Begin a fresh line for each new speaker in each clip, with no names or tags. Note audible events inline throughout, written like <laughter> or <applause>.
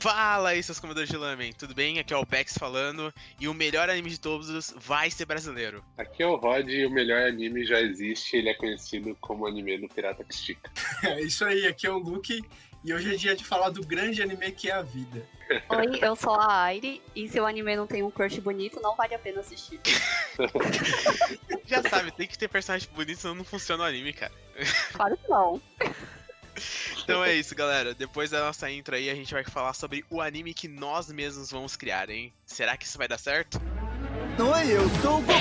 Fala aí, seus comedores de lamen, tudo bem? Aqui é o Pex falando, e o melhor anime de todos vai ser brasileiro.
Aqui é o Rod e o melhor anime já existe, ele é conhecido como anime do Pirata que Estica.
É isso aí, aqui é o Luke, e hoje é dia de falar do grande anime que é a vida.
Oi, eu sou a Aire, e se o anime não tem um crush bonito, não vale a pena assistir.
Já sabe, tem que ter personagem bonito, senão não funciona o anime, cara.
Claro que não.
Então é isso, galera. Depois da nossa intro aí, a gente vai falar sobre o anime que nós mesmos vamos criar, hein? Será que isso vai dar certo?
Oi, eu sou o Goku.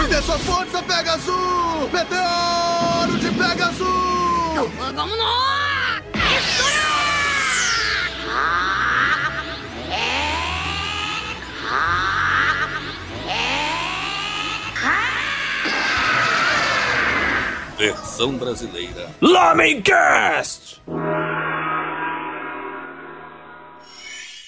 Me dê sua força, Pegasus! Meteoro de Pegasus!
Versão brasileira.
Lamencast!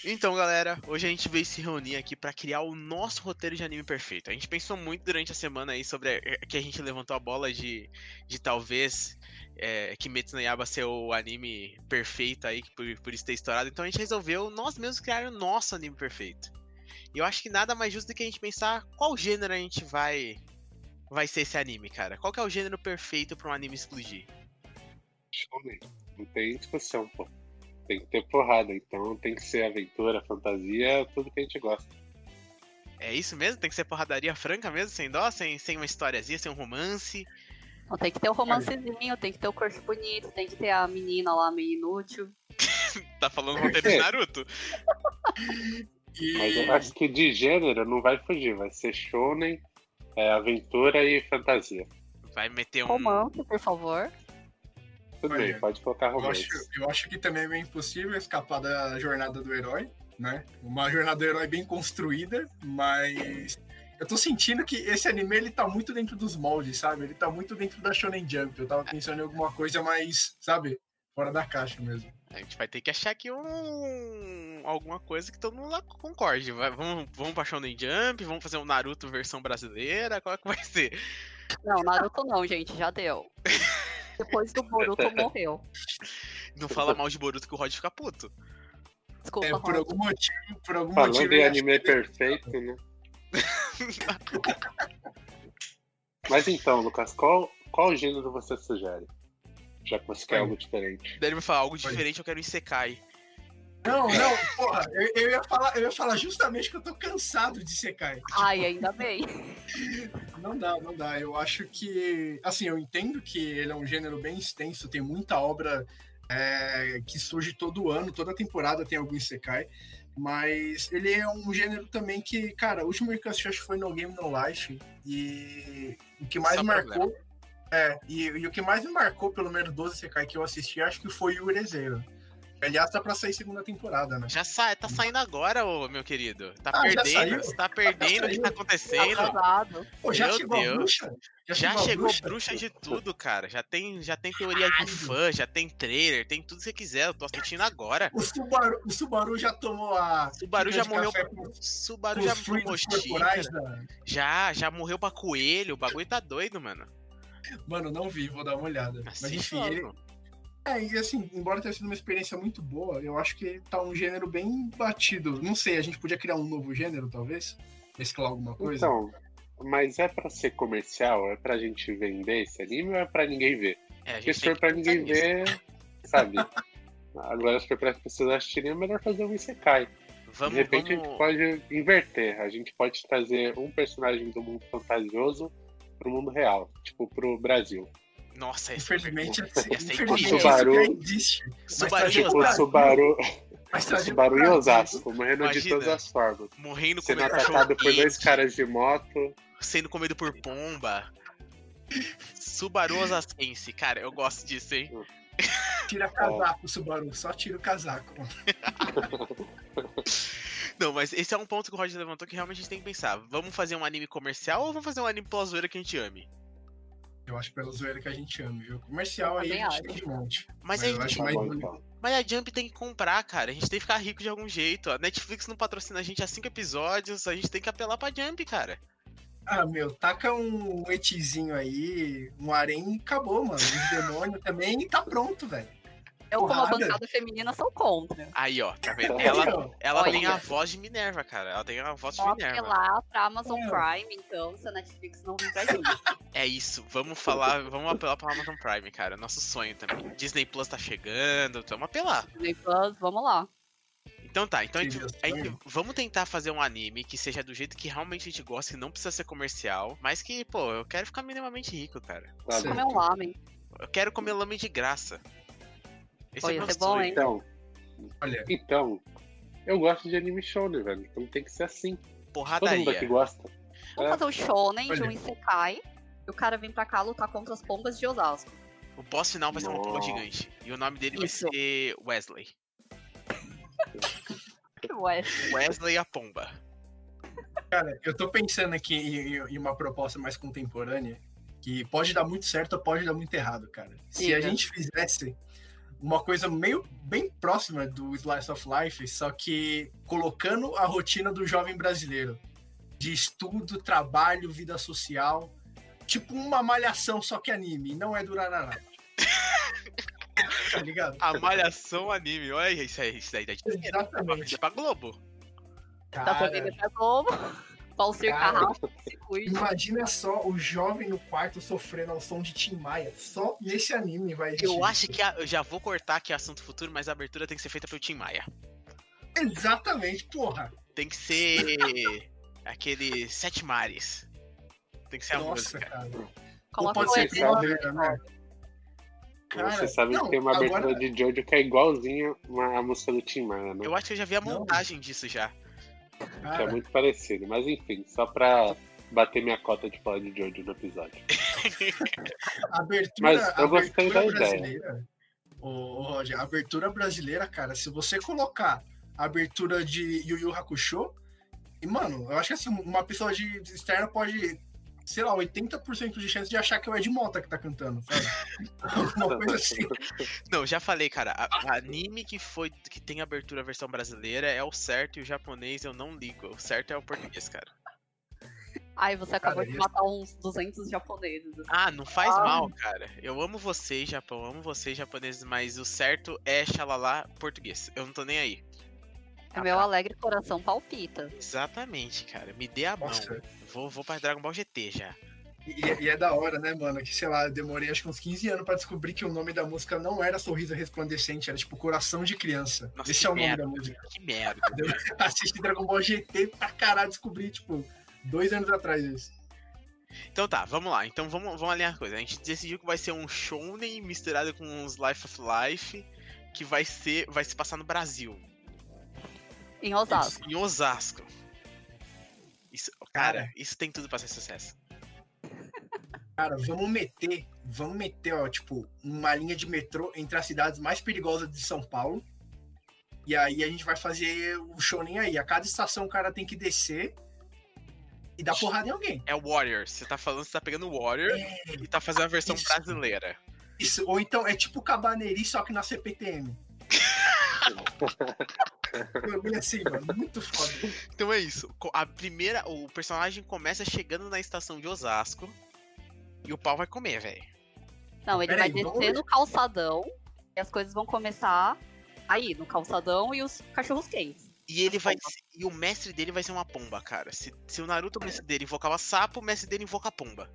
Então, galera, hoje a gente veio se reunir aqui pra criar o nosso roteiro de anime perfeito. A gente pensou muito durante a semana aí sobre a- é, que a gente levantou a bola de, de talvez é, Kimetsu no Yaba ser o anime perfeito aí, que por, por isso ter estourado. Então a gente resolveu nós mesmos criar o nosso anime perfeito. E eu acho que nada mais justo do que a gente pensar qual gênero a gente vai vai ser esse anime, cara. Qual que é o gênero perfeito pra um anime explodir?
Shonen, né? não tem discussão, pô. Tem que ter porrada, então tem que ser aventura, fantasia, tudo que a gente gosta.
É isso mesmo? Tem que ser porradaria franca mesmo, sem dó, sem, sem uma historiazinha, sem um romance?
Não, Então tem que ter o romancezinho, tem que ter o crush bonito, tem que ter a menina lá meio inútil.
Tá falando
<laughs>
roteiro de
quê?
Naruto?
E
Mas eu acho que de gênero não vai fugir, vai ser shonen, é, aventura e fantasia.
Vai meter um.
Romance, por favor.
Tudo
Olha,
bem, pode colocar
eu
romance.
acho, eu acho que também é meio impossível escapar da jornada do herói, né? Uma jornada do herói bem construída, mas eu tô sentindo que esse anime ele tá muito dentro dos moldes, sabe? Ele tá muito dentro da Shonen Jump. Eu tava pensando em alguma coisa mais, sabe? Fora da caixa mesmo.
A gente vai ter que achar aqui um. alguma coisa que todo mundo lá concorde. Vai- vamos, vamos pra Shonen Jump, vamos fazer um Naruto versão brasileira, qual é que vai ser?
Não, Naruto não, gente, já deu. Depois do Boruto morreu.
Não fala mal de Boruto que o Rod fica puto.
Desculpa,
É, por
Ronald.
algum motivo, por algum
Falando
motivo.
em
eu
anime perfeito,
<laughs>
né? Mas então, Lucas, qual, qual gênero você sugere? Já que você quer
Olha.
algo diferente.
Daí ele vai falar algo diferente, eu quero Isekai.
Não, não, porra, eu, eu ia falar, eu ia falar justamente que eu tô cansado de secar.
Ai, ainda bem.
Não dá, não dá. Eu acho que. Assim, eu entendo que ele é um gênero bem extenso, tem muita obra é, que surge todo ano, toda temporada tem algum Isekai. Mas ele é um gênero também que, cara, o último que eu assisti acho que foi No Game No Life. E o que mais
Só
marcou. É, e, e o que mais me marcou, pelo menos 12 Isekai que eu assisti, acho que foi o Urezeiro. Aliás, tá pra sair segunda temporada, né?
Já sai, tá saindo agora, ô, meu querido. Tá
Ah, já
perdendo,
saiu?
você tá perdendo o que tá
saiu?
acontecendo.
Casado.
Pô, já
Meu
chegou
Deus.
a bruxa?
Já
a
chegou bruxa de tudo, cara. Já tem, já tem teoria de fã, já tem trailer, tem tudo que você quiser. Eu tô assistindo agora.
O Subaru, o Subaru já tomou a.
Subaru já
xícara de
morreu
café com-
Subaru
com
já
os
morreu
fluidos
mochila.
corporais da-
Já, já morreu pra coelho, o bagulho tá doido, mano. Assim,
Mano, não vi, vou dar uma olhada. Mas
Assiste
enfim,
logo.
ele... é, e assim, embora tenha sido uma experiência muito boa, eu acho que tá um gênero bem batido. Não sei, a gente podia criar um novo gênero, talvez? Mesclar alguma coisa?
é.
Então, mas é pra ser comercial? É pra gente vender esse anime ou é pra ninguém ver?
É, a
Porque
gente
se
tem
for
que
pra
pensar
ninguém
nisso.
ver, sabe? Agora, se for pra as pessoas assistirem, é melhor fazer um Isekai.
Vamos,
de repente, a
vamos...
gente pode inverter. A gente pode trazer um personagem do mundo fantasioso pro mundo real. Tipo, pro Brasil.
Nossa, é esse
Infelizmente, assim,
ia ser
infelizmente
incrível.
isso já
Subaru.
existe.
Subaru
tá
de
tipo-
Tipo,
Osasco,
Subaru,
Mas um trazer
Subaru e
pra-
Osasco, morrendo de
tá Imagina.
todas as formas.
morrendo
Sendo
comendo cachorro
atacado por dois
quente,
caras de moto.
sendo comido por pomba. Subaru Osasquense, cara, eu gosto disso, hein?
Tira casaco, Subaru, só tira o casaco.
Não, mas esse é um ponto que o Rod levantou que realmente a gente tem que pensar. Vamos fazer um anime comercial ou vamos fazer um anime pós-zoeira que a gente ame?
Eu acho pela zoeira que a gente ama, viu? Comercial aí
Também
a gente
acho.
tem um monte.
Mas,
Mas
a
eu
gente
acho
Tá
mais
bom,
bonito.
então.
Mas a Jump tem que comprar, cara. A gente tem que ficar rico de algum jeito. A Netflix não patrocina a gente há cinco episódios. A gente tem que apelar pra Jump, cara.
Ah, meu, taca um etizinho aí, um harém e acabou, mano. Os demônios também e tá pronto, velho.
Eu, como a
Porrada.
bancada feminina, sou contra.
Aí, ó, tá vendo?
Aí,
Ela,
ó,
ela
Olha.
tem a voz de Minerva, cara. Ela tem a voz de
Vou
Minerva.
apelar pra Amazon
É.
Prime, então, se a Netflix não vir pra gente.
É isso. Vamos falar, vamos apelar pra Amazon Prime, cara. Nosso sonho também. Disney Plus tá chegando, então vamos apelar.
Disney né? Plus, vamos lá.
Então tá, então a gente,
Sim, meu
a gente- vamos tentar fazer um anime que seja do jeito que realmente a gente gosta, que não precisa ser comercial, mas que, pô, eu quero ficar minimamente rico, cara.
É.
sabe?
Comer um lamen.
Eu quero comer lame de graça. Esse
Pô,
é
ia
meu
ser bom,
sonho.
hein?
Então,
Olha,
então, eu gosto de anime shonen, velho. Então tem que ser assim. Todo mundo aqui
Porradaria.
gosta.
Vamos fazer o shonen de um
É. Olha.
Isekai. E o cara vem pra cá lutar contra as pombas de Osasco.
O boss final vai ser uma pomba
Nossa.
gigante. E o nome dele vai
Isso.
ser Wesley.
<laughs> Ué,
Wesley a <laughs> pomba.
cara, eu tô pensando aqui em, em- em uma proposta mais contemporânea que pode dar muito certo ou pode dar muito errado, cara. Se a
Diga.
gente fizesse uma coisa meio bem próxima do Slice of Life, só que colocando a rotina do jovem brasileiro de estudo, trabalho, vida social, tipo uma malhação só que anime, não é durarará. tá ligado?
A malhação anime. Olha isso aí, isso daí dá dinheiro. Pra
Exatamente.
pedir pra Globo.
da
Cara,
família da tá <laughs> Globo. Valcir
Cara.
Carrasco, se cuide.
Imagina só o jovem no quarto sofrendo ao som de Tim Maia. Só nesse anime vai existir.
Eu acho que. a- eu já vou cortar aqui assunto futuro, mas a abertura tem que ser feita pelo Tim Maia.
Exatamente, porra.
Tem que <laughs> ser. aquele Sete Mares. Tem que ser a
Nossa,
música.
cara. Ou
Coloca
pode
o
ser
Edu
Edema.
Sandra, né? Cara,
Você sabe
não,
que tem uma abertura
agora-
de Jojo que é igualzinha uma- a música do Tim Maia, né?
Eu acho que eu já vi a
Não.
montagem disso já.
Que é
Cara,
muito parecido. Mas enfim, só pra bater minha cota de falar de Jojo no episódio.
a abertura,
Mas eu gostei
a
da
abertura
ideia.
brasileira. Ô, ô, Roger, a abertura brasileira, cara, se você colocar a abertura de Yu Yu Hakusho, e, mano, eu acho que assim, uma pessoa de de externa pode, sei lá, 80% de chance de achar que é o Ed Mota que tá cantando, sabe? <laughs> Alguma coisa assim.
Não, já falei, cara. A, a anime que foi que tem abertura versão brasileira é o certo e o japonês eu não ligo. O certo é o português, cara.
Ai, você acabou
Cara,
de
isso-
matar uns 200 japoneses.
Ah, não faz
Ah.
mal, cara. Eu amo vocês, Japão. Amo vocês, japoneses, mas o certo é xalalá português. Eu não tô nem aí.
Ah,
É
tá.
meu alegre coração palpita.
Exatamente, cara. Me dê a mão.
Nossa.
Vou, vou pra Dragon Ball GT já.
E, e é da hora, né, mano? Que, sei lá, eu demorei acho que uns 15 anos pra descobrir que o nome da música não era Sorriso Resplandecente, era tipo Coração de Criança.
Nossa,
Esse
que
é o nome
merda.
da música.
Que merda. <laughs>
Assisti Dragon Ball GT pra caralho, descobri, tipo, dois anos atrás isso.
Então tá, vamos lá. Então vamos, vamos alinhar a coisa. A gente decidiu que vai ser um shonen misturado com uns Life of Life que vai ser vai se passar no Brasil,
Em Osasco.
em Osasco. Isso, cara,
Cara.
isso tem tudo pra ser sucesso.
Cara, vamos meter, vamos meter, ó, tipo, uma linha de metrô entre as cidades mais perigosas de São Paulo. E aí a gente vai fazer o shonen aí. A cada estação o cara tem que descer e dar porrada em alguém.
É Warrior. Você tá falando, você tá pegando Warrior e tá fazendo a versão
É, isso.
brasileira.
Isso, ou então é tipo Cabaneri, só que na CPTM. Eu bem assim, mano, muito foda.
Então é isso. Co- A primeira, o personagem começa chegando na estação de Osasco e o pau vai comer, velho.
Não, ele
Peraí,
vai
vamos
descer
ver.
no calçadão e as coisas vão começar aí, no calçadão e os cachorros quentes. <laughs>
E ele vai. E o mestre dele vai ser uma pomba, cara. Se, se o Naruto, o mestre dele, invocava sapo, o mestre dele invoca pomba.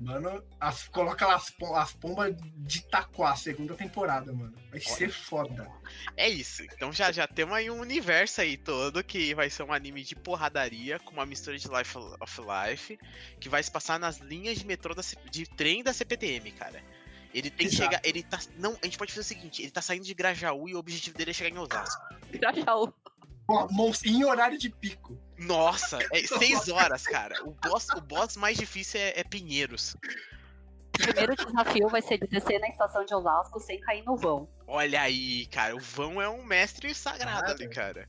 Mano, as- coloca lá as, pom- as pombas de Taquá, segunda temporada, mano. Vai ser foda.
É isso. Então já, já temos aí um universo aí todo que vai ser um anime de porradaria com uma mistura de Life of Life que vai se passar nas linhas de metrô da, C- de trem da CPTM, cara. Ele tem que
Exato.
chegar. Ele tá. Não, a gente pode fazer o seguinte: ele tá saindo de Grajaú e o objetivo dele é chegar em Osasco.
Grajaú.
Ó, monstro- em horário de pico.
Nossa, é seis horas, cara. O boss, o boss mais difícil é, é Pinheiros.
O primeiro desafio vai ser de descer na estação de Osasco sem cair no vão.
Olha aí, cara, o Vão é um mestre sagrado ali, cara.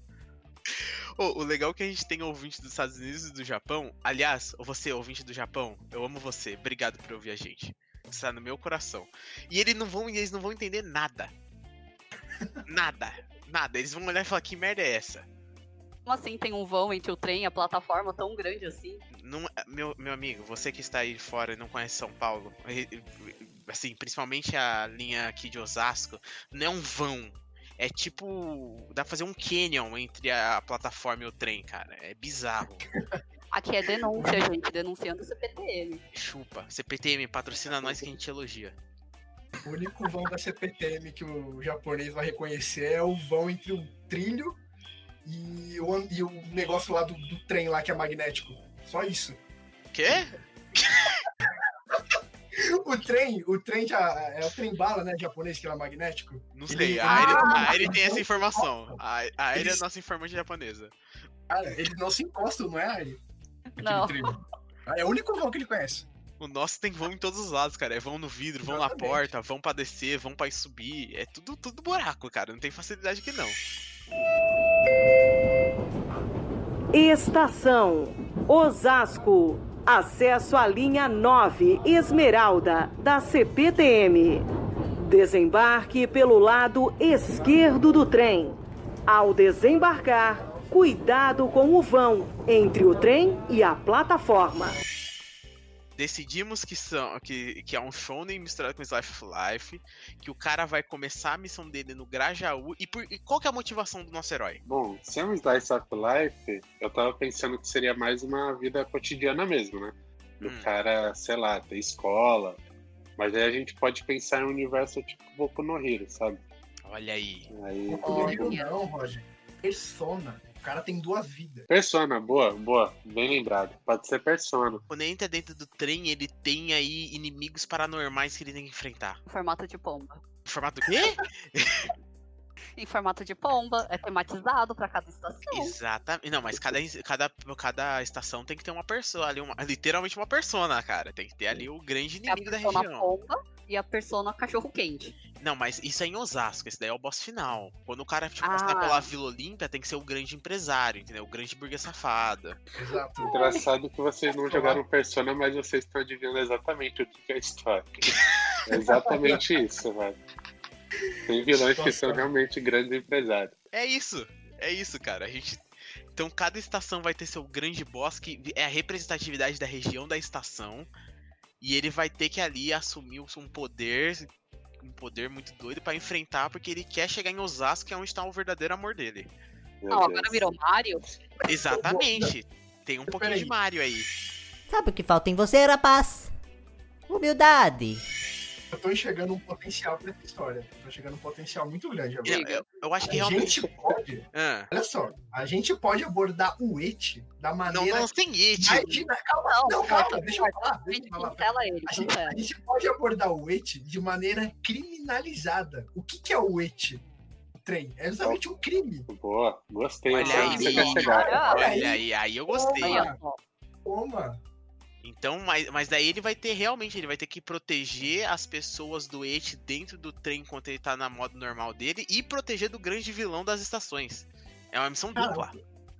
Ô, o legal é que a gente tem ouvinte dos Estados Unidos e do Japão. Aliás, você, ouvinte do Japão, eu amo você. Obrigado por ouvir a gente. Você tá no meu coração. E eles não vão, eles não vão entender nada. Nada. Nada. Eles vão olhar e falar, que merda é essa?
Como assim tem um vão entre o trem e a plataforma tão grande assim?
Não- é, meu, meu amigo, você que está aí de fora e não conhece São Paulo, e- e- assim, principalmente a linha aqui de Osasco, não é um vão. É tipo. Dá pra fazer um canyon entre a plataforma e o trem, cara. É bizarro.
Aqui é denúncia, gente, denunciando o CPTM.
Chupa. CPTM, patrocina nós que a gente elogia.
O único vão da CPTM que o japonês vai reconhecer é o vão entre o trilho e o, an- e o negócio lá do, do trem lá que é magnético. Só isso.
Quê?
O trem, o trem já. É o trem bala, né? Japonês que era magnético.
Não
Ele-
sei.
Ah! ele-
A Aire- a Aire tem essa informação. A a Aire é a
Ele-
nossa informante japonesa.
Cara, ele não se encosta, não é, Ari? Aquele
Não.
trilho. É o único vão que ele conhece.
O nosso tem vão em todos os lados, cara. É vão no vidro, vão na
Exatamente.
porta, vão pra descer, vão pra subir. É tudo, tudo buraco, cara. Não tem facilidade aqui, não.
Estação Osasco. Acesso à linha 9 Esmeralda da CPTM. Desembarque pelo lado esquerdo do trem. Ao desembarcar, cuidado com o vão entre o trem e a plataforma.
decidimos que são que, que é um shonen misturado com Slice of Life, que o cara vai começar a missão dele no Grajaú. E, por, e qual que é a motivação do nosso herói?
<laughs> Bom, se é um Slice of Life, eu tava pensando que seria mais uma vida cotidiana mesmo, né? Do
Hum.
cara, sei lá, ter escola. Mas aí a gente pode pensar em um universo tipo Boku no Hero, sabe?
Olha aí.
Aí.
Boku no Hero
Olha.
não, Roger. Persona. O cara tem duas vidas.
Persona, boa, boa, bem lembrado. Pode ser Persona.
Quando ele entra é dentro do trem, ele tem aí inimigos paranormais que ele tem que enfrentar.
Em formato de pomba.
Em formato do <laughs> quê?
Em formato de pomba, é tematizado pra cada estação.
Exatamente. Não, mas cada, cada, cada estação tem que ter uma pessoa ali, uma, literalmente uma persona, cara. Tem que ter ali o grande
É a
inimigo da
persona
região.
pomba e a persona cachorro quente.
Não, mas isso é em Osasco, esse daí é o boss final. Quando o cara tipo,
Ah.
passar pela Vila Olímpia, tem que ser o grande empresário, entendeu? O grande burguês safado.
Exato.
Engraçado que vocês não jogaram Persona, mas vocês estão adivinhando exatamente o que que é a história.
<laughs>
É exatamente isso, velho. Tem vilões que
Nossa.
são realmente grandes empresários.
É isso. É isso, cara. A gente. Então cada estação vai ter seu grande boss, que é a representatividade da região da estação. E ele vai ter que ali assumir um poder. Um poder muito doido pra enfrentar, porque ele quer chegar em Osasco, que é onde tá o verdadeiro amor dele.
Meu
Não, agora
Deus.
virou Mario.
Exatamente. Tem um pouquinho de
Peraí.
Mario aí.
Sabe o que falta em você, rapaz? Humildade.
Eu tô enxergando um potencial pra essa história. Tô enxergando um potencial muito grande agora.
Eu, eu- eu acho que
A
realmente.
gente pode.
Ah,
Olha só, a gente pode abordar o et da
não,
maneira.
não, sem it.
mais dina- calma,
Não,
não, calma, deixa eu falar.
A
Deixa
Então, gente é
eu falar.
cancela ele,
A gente,
cancela.
a gente pode abordar o et de maneira criminalizada. O que, que é o et? O trem? É exatamente um crime.
Boa, gostei.
Olha
Olha aí,
aí,
você quer chegar.
Caramba.
Olha aí, aí eu gostei.
Olha.
Olha só.
Toma.
Então, mas, mas daí ele vai ter realmente, ele vai ter que proteger as pessoas do ET dentro do trem enquanto ele tá na moda normal dele e proteger do grande vilão das estações. É uma missão
Cara,
dupla.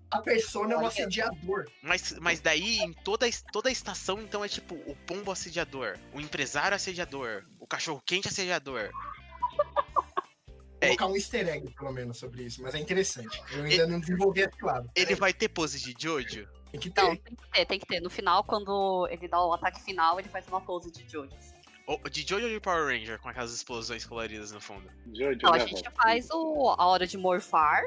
A persona é um
Olha.
assediador.
Mas, mas daí, em toda, es- toda a estação, então é tipo o pombo assediador, o empresário assediador, o cachorro quente assediador. É.
Vou colocar um easter egg, pelo menos, sobre isso, mas é interessante. Eu ainda não desenvolvi esse lado.
Ele vai ter pose de Jojo?
Tem que
Não,
ter.
tem que ter, tem que ter. No final, quando ele dá o ataque final, ele faz uma pose de Jojo.
Ou de Jojo ou de Power Ranger, com aquelas explosões coloridas no fundo.
Jojo,
Não, a
é
né,
gente
velho?
faz o, a hora de morfar,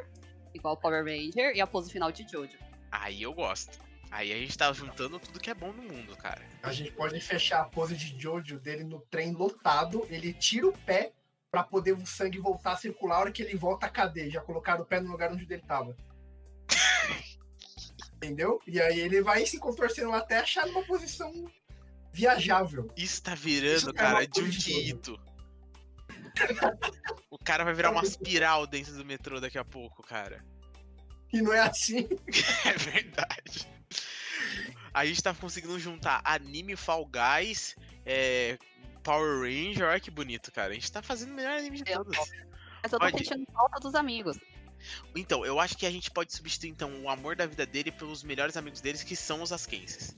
igual Power Ranger, e a pose final de Jojo.
Aí eu gosto. Aí a gente tá juntando tudo que é bom no mundo, cara.
A gente pode fechar a pose de Jojo dele no trem lotado, ele tira o pé pra poder o sangue voltar a circular, a hora que ele volta, cadê? Já colocaram o pé no lugar onde ele
<laughs>
tava. Entendeu? E aí ele vai se contorcendo lá até achar uma posição viajável.
Isso tá virando,
Isso é
cara,
uma
de um
coisa de
dito. O cara vai virar uma espiral dentro do metrô daqui a pouco, cara. <laughs>
E não é assim.
É verdade. A gente tá conseguindo juntar anime Fall Guys, é, Power Ranger, olha que bonito, cara. A gente tá fazendo o melhor anime de
É
Eu
um
todos.
Mas eu tô
Pode.
sentindo falta dos amigos.
Então, eu acho que a gente pode substituir então o amor da vida dele pelos melhores amigos deles, que são os asquenses.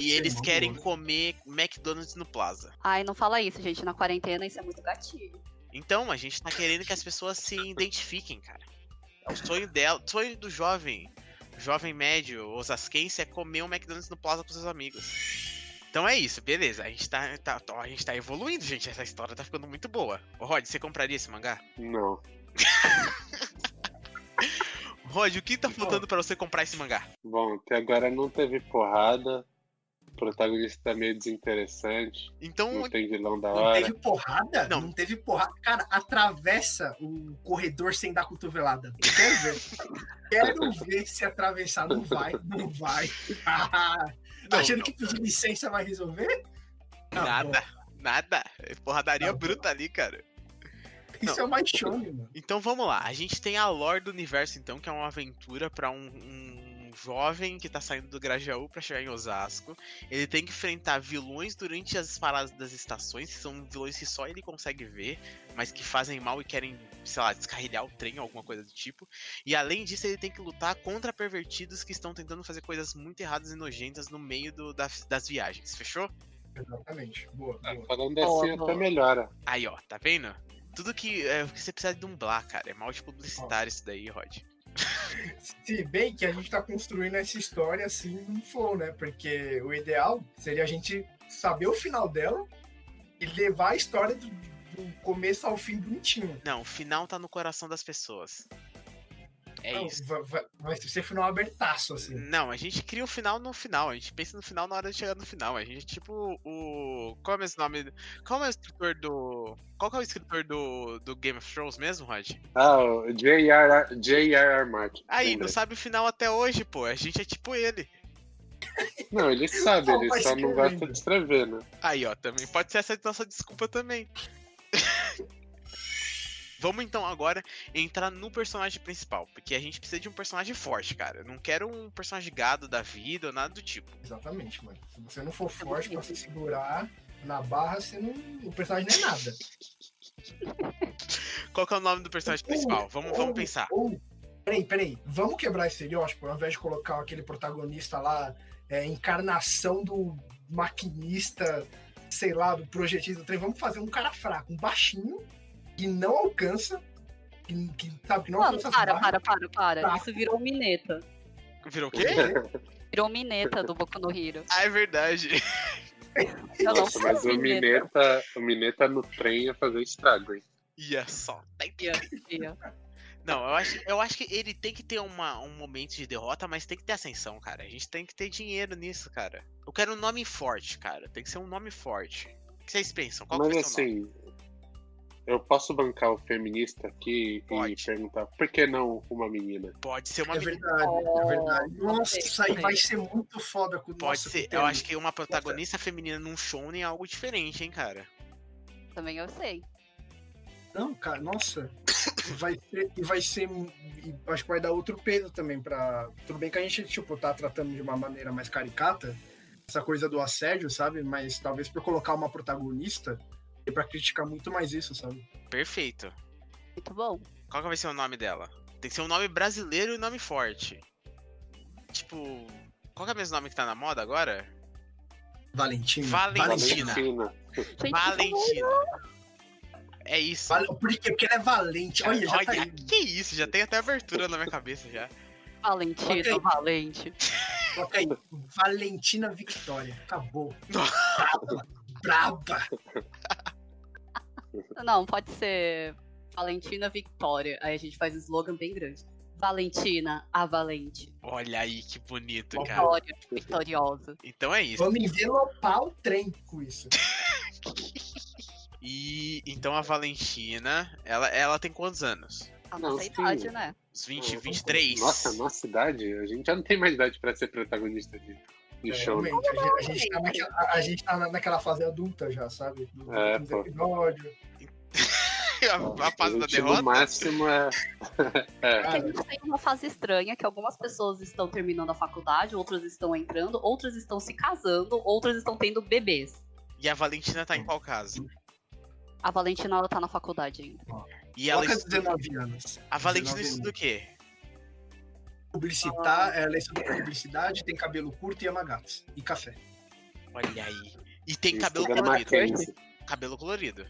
E eles
uma
querem
boa.
comer McDonald's no Plaza.
Ai, não fala isso, gente. Na quarentena isso é muito gatilho.
Então, a gente tá querendo que as pessoas se identifiquem, cara. O sonho dela, o sonho do jovem, jovem médio, osasquense, é comer um McDonald's no Plaza com seus amigos. Então é isso, beleza. A gente tá, tá- ó, a gente tá evoluindo, gente. Essa história tá ficando muito boa. Ô, Rod, você compraria esse mangá?
Não.
Rod, o que tá faltando pra você comprar esse mangá?
Bom, até agora não teve porrada. O protagonista tá meio desinteressante.
Então,
Não tem vilão da
Não
hora.
teve porrada?
Não.
Não. teve porrada. Cara, atravessa o corredor sem dar cotovelada. Quero ver.
<laughs>
Quero ver se atravessar. Não vai, não vai.
Não,
Achando
não.
que pedir licença vai resolver? Tá
nada, nada. É Porradaria
Tá bom.
bruta ali, cara.
bom. Isso é o mais shonen, mano.
Então vamos lá. A gente tem a lore do universo, então, que é uma aventura pra um, um jovem que tá saindo do Grajaú pra chegar em Osasco. Ele tem que enfrentar vilões durante as paradas das estações, que são vilões que só ele consegue ver, mas que fazem mal e querem, sei lá, descarrilhar o trem ou alguma coisa do tipo. E além disso, ele tem que lutar contra pervertidos que estão tentando fazer coisas muito erradas e nojentas no meio do- das- das viagens. Fechou?
Exatamente. Boa,
Ah,
boa.
Falando assim,
Ó,
até
ó.
melhora.
Aí, ó, tá vendo? Tudo que, é, o que você precisa de dublar, cara. É mal de publicitário isso daí, Rod.
Se bem que a gente tá construindo essa história assim num flow, né? Porque o ideal seria a gente saber o final dela e levar a história do, do começo ao fim bonitinho.
Não, o final tá no coração das pessoas. É
Não,
isso.
va- va- Vai ser final abertaço, assim.
Não, a gente cria o final no final. A gente pensa no final na hora de chegar no final. A gente é tipo o. Qual é esse nome? Qual é o escritor do. Qual que é o escritor do, do Game of Thrones mesmo, Rod?
Ah, o J.R.R. J.R.R. Martin.
Aí, não
lembrei.
sabe o final até hoje, pô. A gente é tipo ele.
Não, ele sabe,
Não,
ele
mas
só
que
não
eu
gosta
lembro.
de escrever, né?
Aí, ó, também pode ser essa nossa desculpa também. <laughs> Vamos então agora entrar no personagem principal, porque a gente precisa de um personagem forte, cara. Eu não quero um personagem gado da vida ou nada do tipo.
Exatamente, mano. Se você não
É
for forte pra se segurar na barra, você não. O personagem não é nada.
Qual que é o nome do personagem principal? Vamos, vamos
Ou-
pensar.
Ou, peraí, peraí. Vamos quebrar esse estereótipo ao invés de colocar aquele protagonista lá, é, encarnação do maquinista, sei lá, do projetista do trem. Vamos fazer um cara fraco, um baixinho, que não alcança, que, que, sabe, que não
Mano,
alcança as
para,
Então, barras.
para, para, para.
Tá.
Isso virou mineta.
Virou o quê?
Virou mineta do Boku no Hiro.
Ah, é verdade. <laughs>
Eu não
Nossa,
tá
<laughs>
sei
mas o Mineta, o Mineta no trem ia fazer estrago, hein?
Ia só. Tá entendendo?
mineta.
Não, eu acho, eu acho que ele tem que ter uma, um momento de derrota, mas tem que ter ascensão, cara. A gente tem que ter dinheiro nisso, cara. Eu quero um nome forte, cara. Tem que ser um nome forte. O que vocês pensam? Qual
mas
que é vai ser o nome?
assim, eu posso bancar o feminista aqui
Pode.
e perguntar por que não uma menina?
Pode ser uma
É
menina.
verdade, é verdade. Nossa,
sei,
isso aí
sei.
vai ser muito foda com
Pode
nossa,
ser.
com
Eu
o
acho que uma protagonista feminina num show é algo diferente, hein, cara.
Também eu sei.
Não, cara, nossa. E vai ser. E vai ser e acho que vai dar outro peso também pra. Tudo bem que a gente, tipo, tá tratando de uma maneira mais caricata, essa coisa do assédio, sabe? Mas talvez por colocar uma protagonista, é pra criticar muito mais isso, sabe?
Perfeito.
Muito bom.
Qual que vai ser o nome dela? Tem que ser um nome brasileiro e um nome forte. Tipo. Qual que é o mesmo nome que tá na moda agora?
Valentina.
Valentina.
Valentina.
Gente,
Valentina. É isso.
Vale- Por quê? Porque ela é valente. Olha, já tá
Olha,
aí.
que isso, já tem até abertura na minha cabeça já.
Valentino,
Ok.
valente.
Coloca aí. Valentina Victoria. Acabou.
Nossa.
Braba. Braba.
Não, pode ser Valentina Victória. Aí a gente faz um slogan bem grande. Valentina, a valente.
Olha aí que bonito,
Ó,
cara.
Vitória, vitoriosa.
Então é isso. <laughs>
Vamos envelopar o trem com isso.
E então a Valentina, ela, ela tem quantos anos?
A
Não,
nossa
sim.
idade, né?
Uns 20, 23. <laughs>
Nossa, nossa idade? A gente já não tem mais idade pra ser protagonista de, de
É,
show, né?
realmente, a, gente- a gente tá naquela, a- a gente tá na- naquela fase adulta já, sabe? Do, do
É,
quinto
pô.
episódio.
a, a fase da
gente,
derrota.
No máximo é.
É que a
Cara,
gente tem uma fase estranha que algumas pessoas estão terminando a faculdade, outras estão entrando, outras estão se casando, outras estão tendo bebês.
E a Valentina tá em qual caso?
A Valentina, ela tá na faculdade ainda.
E ela
coloca
estuda,
19 anos.
a Valentina
19
estuda o quê?
Ah.
Publicitar, ela estuda publicidade, tem cabelo curto e ama gatos. E café. <laughs>
Olha aí. E tem
Isso,
cabelo né?
jogando
colorido.
Mackenzie.
Cabelo colorido.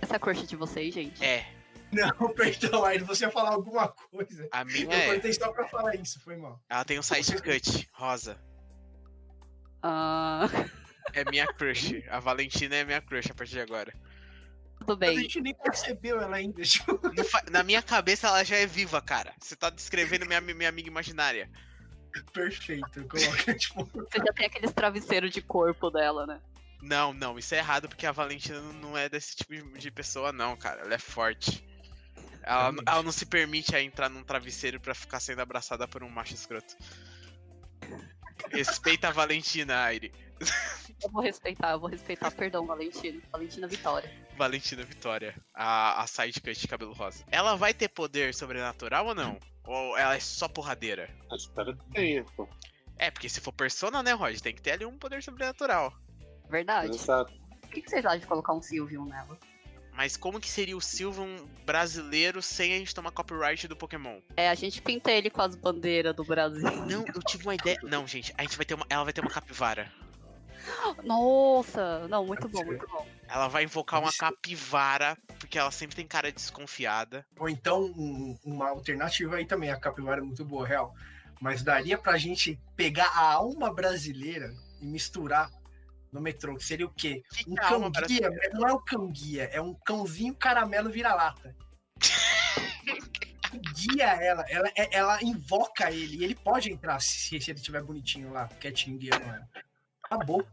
Essa é a crush de vocês, gente?
É.
Não, perdão, aí você ia falar alguma coisa.
A
Eu
minha é.
cortei só pra falar isso, foi mal.
Ela tem um side cut, rosa.
Ah, <laughs>
É minha crush. A Valentina é minha crush a partir de agora.
tudo
Mas a
bem.
gente nem percebeu ela ainda. <laughs> tipo,
Não fa- Na minha cabeça ela já é viva, cara. Você tá descrevendo minha, minha amiga imaginária.
Perfeito, coloca, <laughs> tipo,
Você já tem aqueles travesseiros de corpo dela, né?
Não, não, isso é errado porque a Valentina não é desse tipo de- de pessoa, não, cara. Ela é forte. Ela,
Realmente.
ela não se permite a entrar num travesseiro pra ficar sendo abraçada por um macho escroto. Respeita a Valentina, Aire.
Eu vou respeitar, eu vou respeitar. Perdão, Valentina. Valentina Vitória.
Valentina Vitória, a, a sidecut de cabelo rosa. Ela vai ter poder sobrenatural ou não? Ou ela é só porradeira?
Eu espero que tenha, pô.
É, porque se for persona, né, Rod? Tem que ter ali um poder sobrenatural.
Verdade.
Exato.
Por que que vocês acham de colocar um Sylveon nela?
Mas como que seria o Sylvan brasileiro sem a gente tomar copyright do Pokémon?
É, a gente pinta ele com as bandeiras do Brasil. <laughs>
Não, eu tive uma ideia. Não, gente, a gente vai ter uma. Ela vai ter uma capivara.
Nossa! Não, muito bom, muito bom.
Ela vai invocar uma
Isso.
capivara, porque ela sempre tem cara desconfiada.
Ou então, um- uma alternativa aí também, a capivara é muito boa, real. Mas daria pra gente pegar a alma brasileira e misturar no metrô, que seria o quê?
Que
Um
que é a alma
cão-guia,
brasileira?
mas não é um cão-guia, é um cãozinho
<laughs>
caramelo vira-lata. Guia ela, ela, é- ela invoca ele, e ele pode entrar se, se ele estiver bonitinho lá, quietinho, guiando ela. Acabou.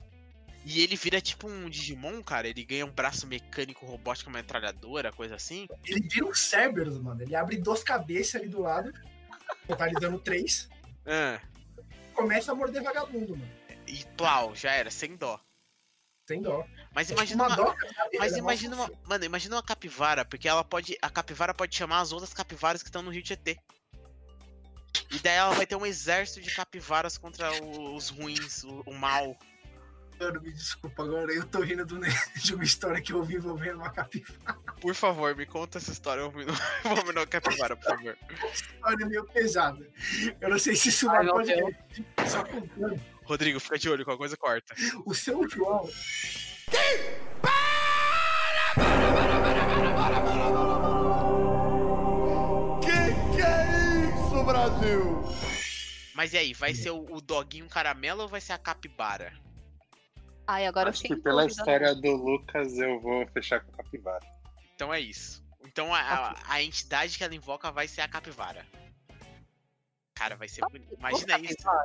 E ele vira tipo um Digimon, cara. Ele ganha um braço mecânico robótico, uma metralhadora, coisa assim.
Ele vira um Cerberus, mano. Ele abre duas cabeças ali do lado, totalizando três,
Ah,
começa a morder vagabundo, mano.
e plau, já era, sem dó.
Sem dó.
Mas
É
imagina
tipo
uma.
doca, sabe? Ela
Mas
é mó
imagina uma.
fofinha.
Mano, imagina uma capivara, porque ela pode. A capivara pode chamar as outras capivaras que estão no Rio Tietê. E daí ela vai ter um exército de capivaras contra o- os ruins, o- o mal.
Mano, me desculpa agora, eu tô rindo do ne- <laughs> de uma história que eu ouvi envolvendo uma capivara.
Por favor, me conta essa história. Eu <laughs> vou me dar capivara, por favor.
Uma história meio pesada. Eu não sei se isso vai
Ai, meu
poder. Só contando.
Rodrigo, fica de olho, qualquer coisa corta.
O seu João.
Que que é isso, Brasil?
Mas e aí, vai ser o, o doguinho caramelo ou vai ser a capibara?
Ai, agora
Acho
eu fiquei
que pela
dúvida.
história do Lucas eu vou fechar com o Capivara.
Então é isso. Então a, a, a entidade que ela invoca vai ser a capivara. Cara, vai ser bonito. Imagina
Vou
isso.
capivara.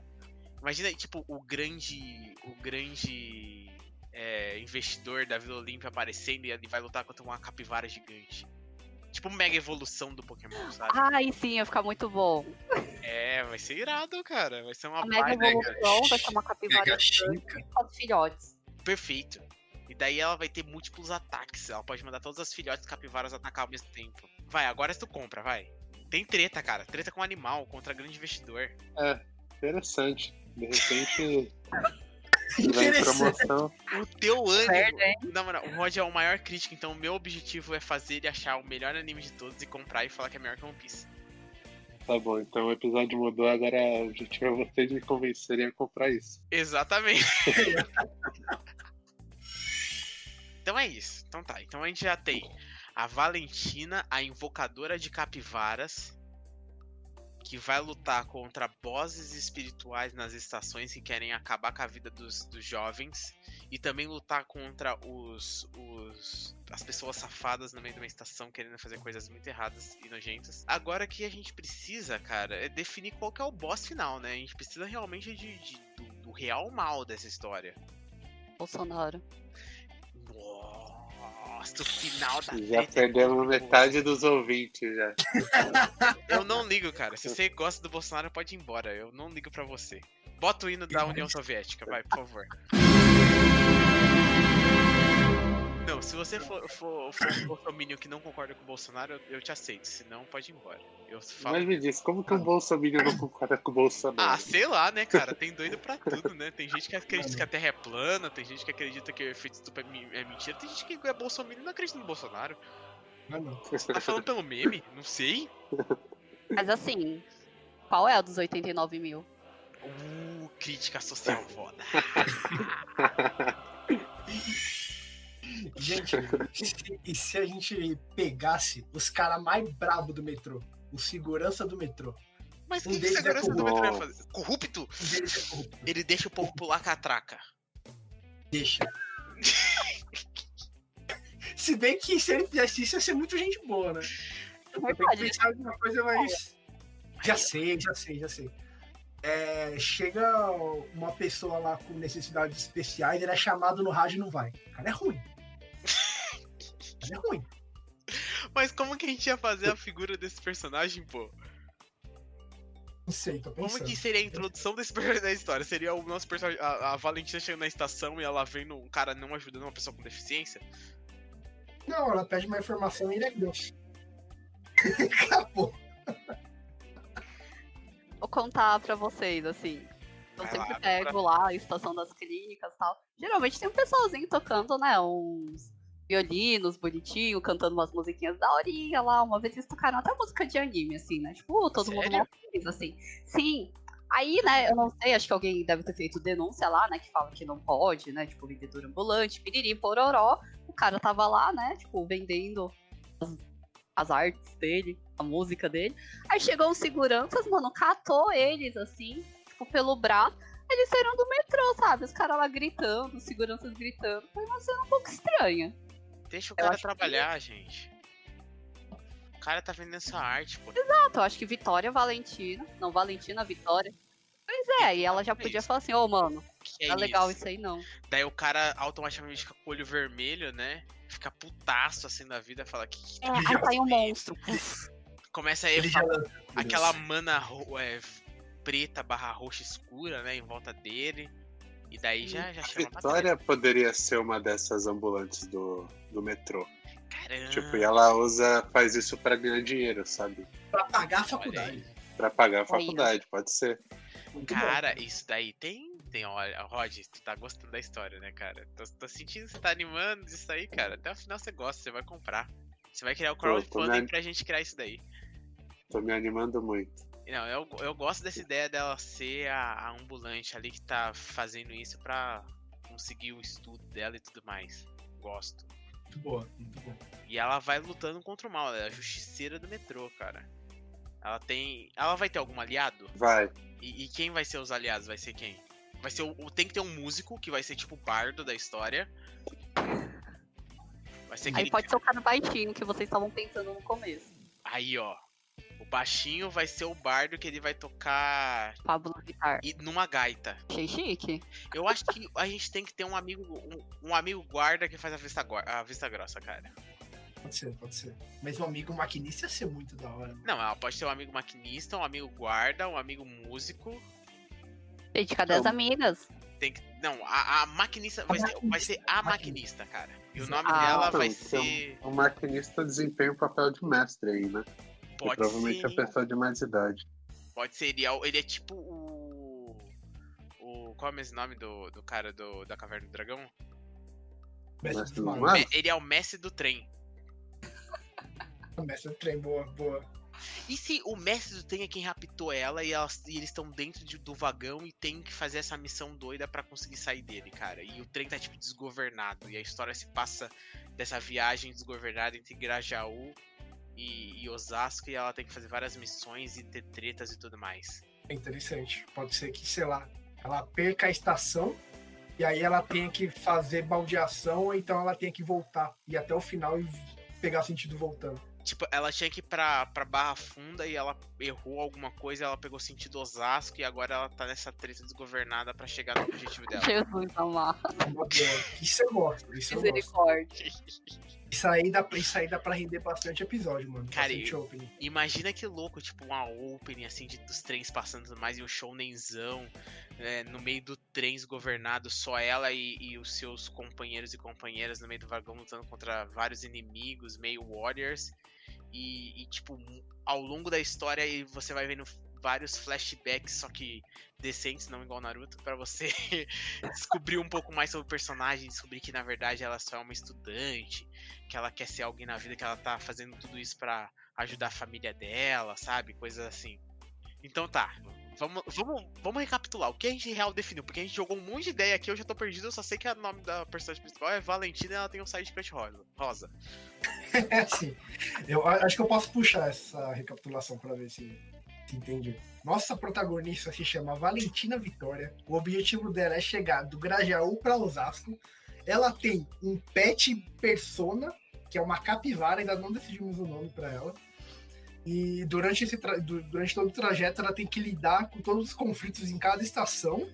Imagina, tipo, o grande. O grande. é, investidor da Vila Olímpia aparecendo e ele vai lutar contra uma capivara gigante. Tipo, mega evolução do Pokémon, sabe?
Ai, sim, ia ficar muito bom.
É, vai ser irado, cara. Vai ser uma
A mega
baita-
evolução vai ser uma capivara
Mega
gigante
chica.
com os filhotes.
Perfeito. E daí ela vai ter múltiplos ataques. Ela pode mandar todas as filhotes capivaras atacar ao mesmo tempo. Vai, agora tu compra, vai. Tem treta, cara. Treta com animal contra grande investidor.
Interessante. De repente vem
Interessante.
promoção.
O teu ânimo.
Certo,
né?
hein?
Na moral, o Rod é o maior crítico, então o meu objetivo é fazer ele achar o melhor anime de todos e comprar e falar que é melhor que One Piece.
Tá bom, então o episódio mudou, agora o objetivo é vocês me convencerem a comprar isso.
Exatamente. <laughs> então é isso. Então tá. Então a gente já tem a Valentina, a invocadora de capivaras, que vai lutar contra bosses espirituais nas estações que querem acabar com a vida dos, dos jovens e também lutar contra os, os as pessoas safadas no meio de uma estação querendo fazer coisas muito erradas e nojentas. Agora que a gente precisa, cara, é definir qual que é o boss final, né? A gente precisa realmente de, de- do, do real mal dessa história.
Bolsonaro.
Nossa, o final
Tá,
da
Já
treta é
perdemos
muito bom.
metade dos ouvintes já.
Eu não ligo, cara. Se você gosta do Bolsonaro, pode ir embora. Eu não ligo pra você. Bota o hino da União Soviética, vai, por favor. Não, se você for, for, for um bolsominion que não concorda com o Bolsonaro, eu, eu te aceito. Se não, pode ir embora. Eu falo.
Mas me diz, como que um Bolsonaro não concorda com o
Ah,
Bolsonaro?
sei lá, né, cara? Tem doido pra tudo, né? Tem gente que acredita que a Terra é plana, tem gente que acredita que o efeito estufa é mi- é mentira, tem gente que é bolsominion e não acredita no Bolsonaro.
Mano,
Tá falando pelo meme? Não sei.
Mas assim, qual é a dos 89 mil?
Uh, crítica social foda.
Gente, e se, e se a gente pegasse os caras mais brabo do metrô? O segurança do metrô.
Mas o
Um
que, que
deles é
segurança do
corrupto.
metrô ia fazer? Corrupto?
Um deles é corrupto.
Ele deixa o povo pular catraca.
Deixa. <laughs> se bem que se ele fizesse isso, ia ser muito gente boa, né? Eu tenho que
Verdade. né?
pensar em alguma coisa mais. Já sei, já sei, já sei. É, chega uma pessoa lá com necessidades especiais, ele é chamado no rádio e não vai. O cara é ruim. O cara é ruim.
Mas como que a gente ia fazer a figura desse personagem, pô?
Não sei, tô pensando.
Como que seria a introdução desse <laughs> personagem da história? Seria o nosso personagem. A, a Valentina chegando na estação e ela vendo um cara não ajudando uma pessoa com deficiência?
Não, ela pede uma informação e ele é grosso. Acabou.
Vou contar pra vocês, assim. Eu
Vai
sempre
lá,
pego lá a estação das clínicas e tal. Geralmente tem um pessoalzinho tocando, né? Uns violinos bonitinho, cantando umas musiquinhas daorinha lá. Uma vez eles tocaram até música de anime, assim, né? Tipo, todo mundo
Sério?
mal feliz, assim. Sim. Aí, né, eu não sei, acho que alguém deve ter feito denúncia lá, né? Que fala que não pode, né? Tipo, vendedor ambulante, piriri, pororó. O cara tava lá, né? Tipo, vendendo as- as artes dele, a música dele. Aí chegou uns seguranças, mano, catou eles, assim, tipo, pelo braço. Eles saíram do metrô, sabe? Os caras lá gritando, os seguranças gritando. Foi uma cena um pouco estranha.
Deixa o cara
acho que-
trabalhar, gente. O cara tá vendendo sua arte, pô.
Ah, então, acho que Vitória Valentina. Não, Valentina Vitória. Pois é, e ela já
Que
podia
isso?
falar assim, ô, mano,
Que
não
é
é legal
isso?
isso aí não.
Daí o cara automaticamente fica com o olho vermelho, né? Fica putaço assim da vida, fala que. que-
É, aí tá aí um monstro.
Começa aí
Ele já- é
aquela mana ro- é, preta barra roxa escura, né? Em volta dele. E daí já, já
A
chama pra trás.
Vitória poderia ser uma dessas ambulantes do, do metrô.
Ah.
Caramba.
Tipo, e ela usa, faz isso pra ganhar dinheiro, sabe?
Pra pagar a faculdade.
Pra pagar a
Olha aí.
faculdade, pode ser.
Muito bom.
Cara, isso daí tem. tem olha, Rod, tu tá gostando da história, né, cara? Tô, tô sentindo que você tá animando isso aí, cara. Até o final você gosta, você vai comprar. Você vai criar o crowdfunding
né?
pra gente criar isso daí.
Tô me animando muito.
Não, eu, eu gosto dessa ideia dela ser a, a ambulante ali que tá fazendo isso pra conseguir o estudo dela e tudo mais. Gosto.
Muito boa, muito boa.
E ela vai lutando contra o mal, ela é a justiceira do metrô, cara. Ela tem. Ela vai ter algum aliado?
Vai.
E, e quem vai ser os aliados? Vai ser quem? Vai ser o, o- Tem que ter um músico que vai ser tipo o bardo da história. Vai ser aquele.
Aí pode ser o cara baixinho que vocês estavam pensando no começo.
Aí, ó. O baixinho vai ser o bardo que ele vai tocar
Pablo Vittar.
e- numa gaita.
Achei chique.
Eu acho que a gente tem que ter um amigo, um, um amigo guarda que faz a vista, gua- a vista grossa, cara.
Pode ser, pode ser. Mas um amigo maquinista ia ser muito da hora.
Não, ela pode ter um amigo maquinista, um amigo guarda, um amigo músico.
Gente, cadê as
Então-
amigas?
Tem que. Não, a, a maquinista vai ser, vai ser a
maquinista.
maquinista, cara. E o nome
Ah,
dela vai
então, então.
ser.
O maquinista desempenha o papel de mestre aí, né? Que
Pode
provavelmente
ser.
é a pessoa de mais idade.
Pode ser. Ele é, o- ele é tipo o. o qual é o mesmo nome do, do cara do, da Caverna do Dragão?
Mestre
Mestre
do
do
Mar.
Mar?
Me- Ele é o mestre do trem.
Mestre do trem, boa, boa.
E se o mestre do trem é quem raptou ela e, elas, e eles estão dentro de- do vagão e tem que fazer essa missão doida pra conseguir sair dele, cara? E o trem tá, tipo, desgovernado. E a história se passa dessa viagem desgovernada entre Grajaú e, e Osasco. E ela tem que fazer várias missões e ter tretas e tudo mais.
É interessante. Pode ser que, sei lá, ela perca a estação e aí ela tenha que fazer baldeação, ou então ela tenha que voltar. E até o final e pegar sentido voltando.
Tipo, ela tinha que ir pra, pra Barra Funda e ela errou alguma coisa, ela pegou sentido Osasco e agora ela tá nessa treta desgovernada pra chegar no objetivo dela.
Jesus amar.
É uma boa. Isso eu gosto, isso eu gosto.
Misericórdia.
Isso aí dá, pra- isso aí dá pra render bastante episódio, mano.
Cara,
bastante
eu-
opening.
Imagina que louco, tipo, uma opening assim de, dos trens passando e tudo mais e um shonenzão né, no meio do trem desgovernado, só ela e, e os seus companheiros e companheiras no meio do vagão lutando contra vários inimigos, meio warriors. E, e, tipo, mu- ao longo da história e você vai vendo vários flashbacks, só que decentes, não igual Naruto, pra você <laughs> descobrir um pouco mais sobre o personagem, descobrir que na verdade ela só é uma estudante, que ela quer ser alguém na vida, que ela tá fazendo tudo isso pra ajudar a família dela, sabe? Coisas assim. Então tá, Vamos, vamos, vamos recapitular. O que a gente real definiu? Porque a gente jogou um monte de ideia aqui, eu já tô perdido, eu só sei que o nome da personagem principal é Valentina e ela tem um sidecut rosa. rosa.
É assim. Eu a- acho que eu posso puxar essa recapitulação pra ver se, se entende. Nossa protagonista se chama Valentina Vitória. O objetivo dela é chegar do Grajaú pra Osasco. Ela tem um pet persona, que é uma capivara, ainda não decidimos o nome pra ela. E durante, esse tra- du- durante todo o trajeto, ela tem que lidar com todos os conflitos em cada estação.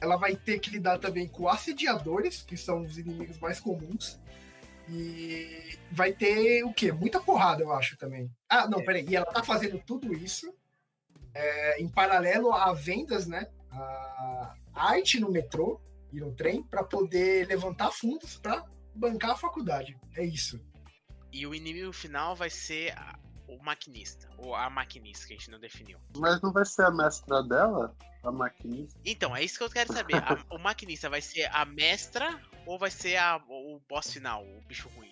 Ela vai ter que lidar também com assediadores, que são os inimigos mais comuns. E vai ter o quê? Muita porrada, eu acho também. Ah, não, peraí. E ela tá fazendo tudo isso é, em paralelo a vendas, né? A arte no metrô e no trem pra poder levantar fundos pra bancar a faculdade. É isso.
E o inimigo final vai ser a- o maquinista, ou a maquinista, que a gente não definiu.
Mas não vai ser a mestra dela? A maquinista?
Então, é isso que eu quero saber. A- o maquinista vai ser a mestra ou vai ser a- o boss final, o bicho ruim?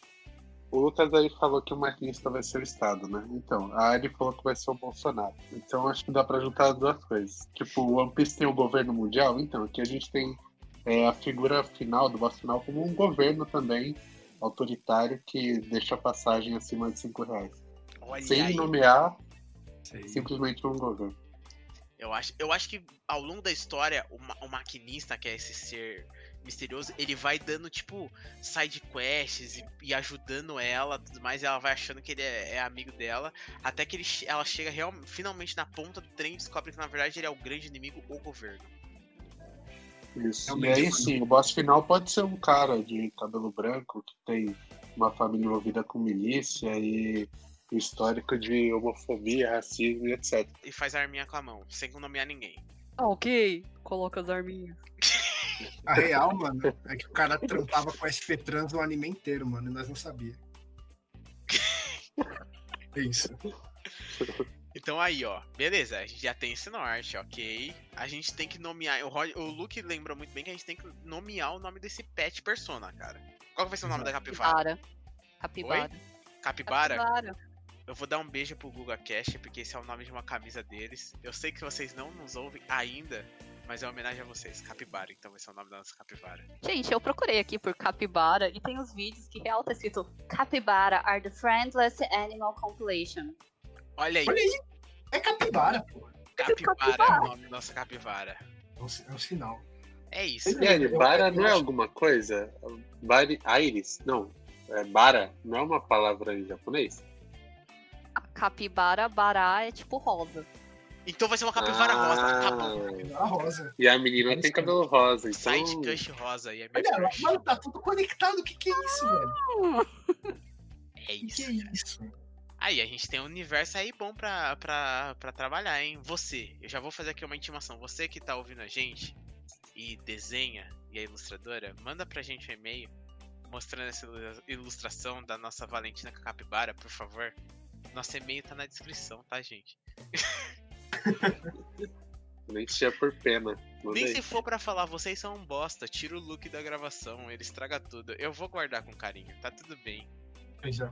O Lucas aí falou que o maquinista vai ser o Estado, né? Então, a Ari falou que vai ser o Bolsonaro. Então acho que dá pra juntar as duas coisas. Tipo, o One Piece tem o governo mundial, então aqui a gente tem é, a figura final do boss final como um governo também autoritário que deixa a passagem acima de 5 reais.
Olha
Sem
aí.
nomear simplesmente um governo.
Eu acho, eu acho que ao longo da história, o, ma- o maquinista, que é esse ser misterioso, ele vai dando, tipo, side quests e, e ajudando ela, tudo mais, e ela vai achando que ele é, é amigo dela, até que ele che- ela chega real- finalmente na ponta do trem e descobre que, na verdade, ele é o grande inimigo, o governo.
Isso. E aí sim, o boss final pode ser um cara de cabelo branco que tem uma família envolvida com milícia e um histórico de homofobia, racismo e etc.
E faz a arminha com a mão, sem nomear ninguém.
Ah, Ok, coloca as arminhas.
A real, mano, é que o cara trampava com SP Trans o anime inteiro, mano, e nós não sabia. É isso.
Então aí, ó, beleza, a gente já tem esse norte, ok. A gente tem que nomear. O, Rod- o Luke lembrou muito bem que a gente tem que nomear o nome desse pet persona, cara. Qual que vai ser o nome da capivara?
Capivara. Capivara.
Capibara? Eu vou dar um beijo pro Guga Cash, porque esse é o nome de uma camisa deles. Eu sei que vocês não nos ouvem ainda, mas é uma homenagem a vocês. Capibara, então esse é o nome da nossa capivara.
Gente, eu procurei aqui por capibara e tem os vídeos que real tá escrito Capibara are the friendless animal compilation.
Olha aí,
Olha aí. É capibara, pô.
capibara é o nome da nossa capivara.
É um si- É um sinal.
É isso.
E aí, bara não é alguma coisa? Bari, Iris? Não. É, bara não é uma palavra em japonês?
A Capibara bará é tipo rosa.
Então vai ser uma capivara rosa, tá
Ah,
acabou.
Capivara É rosa.
E a menina tem cabelo rosa, então.
Side Cush rosa e é meu
Ah, Olha,
crush.
mano, tá tudo conectado. O que que é isso, velho?
É
O que que
isso.
é isso?
Aí, a gente tem um universo aí bom pra, pra, pra trabalhar, hein? Você, eu já vou fazer aqui uma intimação. Você que tá ouvindo a gente e desenha e é ilustradora, manda pra gente um e-mail mostrando essa ilu- ilustração da nossa Valentina com a Capibara, por favor. Nosso e-mail tá na descrição, tá, gente?
Nem tinha por pena. é Manda
Nem
aí.
se for pra falar, vocês são um bosta, tira o look da gravação, ele estraga tudo. Eu vou guardar com carinho, tá tudo bem.
Eu já,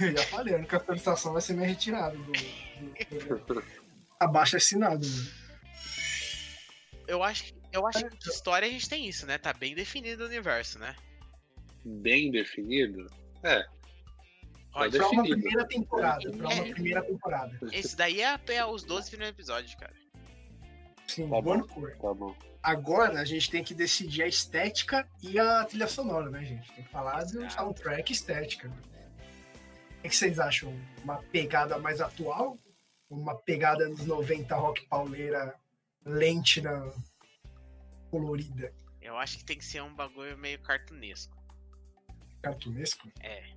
eu já falei, a única atualização vai ser minha retirada do, do, do- abaixo assinado. mano.
Eu acho, que- eu acho que de história a gente tem isso, né? Tá bem definido o universo, né?
<laughs> Bem definido. É,
Olha,
Pra uma
Definido.
primeira temporada. Pra uma
É.
primeira temporada.
Esse daí é, é os 12 primeiros episódios, cara.
Sim,
Tá bom.
boa cor.
tá bom.
Agora a gente tem que decidir a estética e a trilha sonora, né, gente? Tem que falar de um
Exato.
soundtrack e estética. né? O que que vocês acham? Uma pegada mais atual? Uma pegada dos 90 rock pauleira lente na colorida
Eu acho que tem que ser um bagulho meio cartunesco.
cartunesco?
É.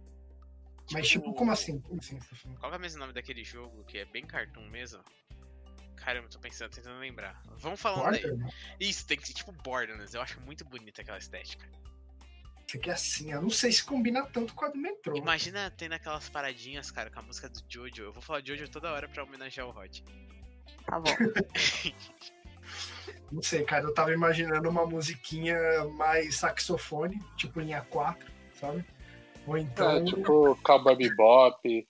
Mas tipo, como assim? Como assim? você tá falando?
Qual que é mesmo o nome daquele jogo que é bem cartoon mesmo? Caramba, tô pensando, tentando lembrar. Vamos falando
Porta,
aí.
né?
Isso, tem que ser tipo Borderlands. Eu acho muito bonita aquela estética.
Isso aqui é assim, eu não sei se combina tanto com a do metrô.
Imagina tendo aquelas paradinhas, cara, com a música do Jojo. Eu vou falar Jojo toda hora pra homenagear o Rod.
Tá bom.
Não sei, cara, eu tava imaginando uma musiquinha mais saxofone, tipo linha 4, sabe? Ou então.
É, tipo, Cowboy Bebop,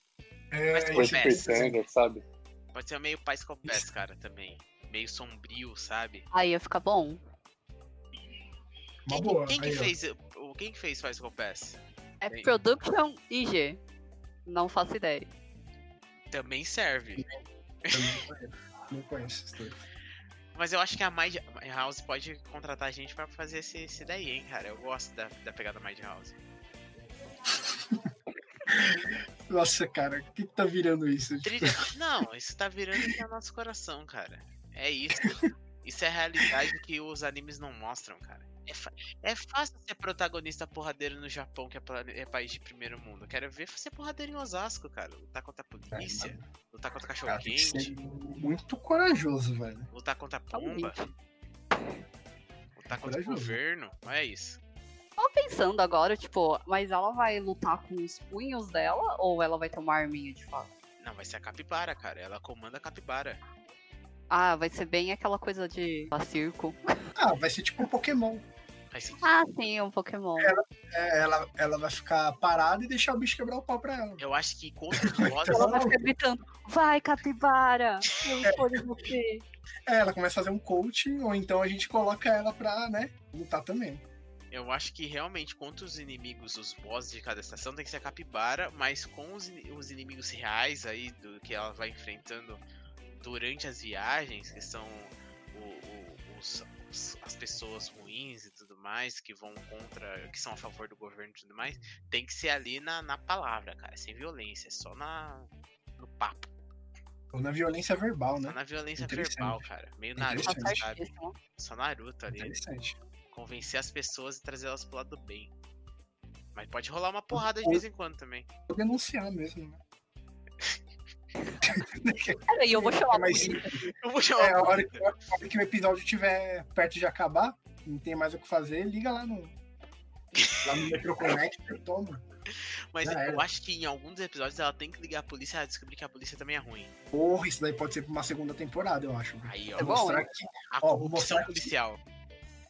é,
mas
esse-
Pois
Coisa
é.
Pretender, sabe?
Pode ser meio Pais Pass, cara, também. meio sombrio, sabe?
Aí ia ficar bom.
Uma
Quem,
boa.
quem que
aí, ó.
fez, o- quem que fez Faz com Pass?
É
Bem.
Production IG. Não faço ideia.
Também serve.
Eu não conheço. Não conheço esse texto.
Mas eu acho que a Mind House pode contratar a gente pra fazer esse, esse daí, hein, cara. Eu gosto da, da pegada Mind House.
Nossa, cara, o que, que tá virando isso? <laughs>
Trilha... Não, isso tá virando aqui no nosso coração, cara. É isso. Isso é a realidade que os animes não mostram, cara. É, fa- é fácil ser protagonista porradeiro no Japão, que é, pla- é país de primeiro mundo. Eu Quero ver ser porradeiro em Osasco, cara. Lutar contra a polícia, lutar contra
É, Cara, tem que
cachorro-quente,
ser muito corajoso, velho.
lutar contra a
Tá
pomba,
bonito.
lutar contra o
Corajoso.
governo. É isso.
Tava pensando agora, tipo, mas ela vai lutar com os punhos dela ou ela vai ter uma arminha de fato?
Não, vai ser a capibara, cara. Ela comanda a capibara.
Ah, vai ser bem aquela coisa de a circo.
Ah, vai ser tipo um Pokémon.
Faz sentido.
Ah, sim, um Pokémon.
É, ela, ela vai ficar parada e deixar o bicho quebrar o pau pra ela.
Eu acho que contra os
Ela
bosses.
vai ficar gritando, vai, capibara, eu escolho você.
É, ela começa a fazer um coaching, ou então a gente coloca ela pra, né, lutar também.
Eu acho que realmente contra os inimigos, os bosses de cada estação tem que ser a capibara, mas com os, ini- os inimigos reais aí do que ela vai enfrentando durante as viagens, que são o- o- os- os- as pessoas ruins e tudo mais, que vão contra, que são a favor do governo e tudo mais, tem que ser ali na, na palavra, cara, sem violência, só na no papo,
Ou na violência verbal,
só
né?
na violência
Interessante. É
verbal, cara, meio
Tá
Naruto,
Interessante.
sabe?
certíssimo.
Só Naruto ali né?
Interessante.
convencer as pessoas e trazer elas pro lado do bem. Mas pode rolar uma porrada de vez em quando também. <laughs>
Vou denunciar mesmo, né?
Cara, e eu vou chamar
Mas-
a polícia.
Eu vou chamar
É, a
a
hora que,
polícia.
a hora que o episódio estiver perto de acabar, não tem mais o que fazer, liga lá no. Lá no Metroconnect e toma.
Mas
já
eu
era.
acho que em alguns dos episódios ela tem que ligar a polícia e descobrir que a polícia também é ruim.
Porra, isso daí pode ser pra uma segunda temporada, eu acho. velho.
Aí, ó.
É bom,
mostrar
né?
que,
A
Ó,
corrupção
mostrar-
policial.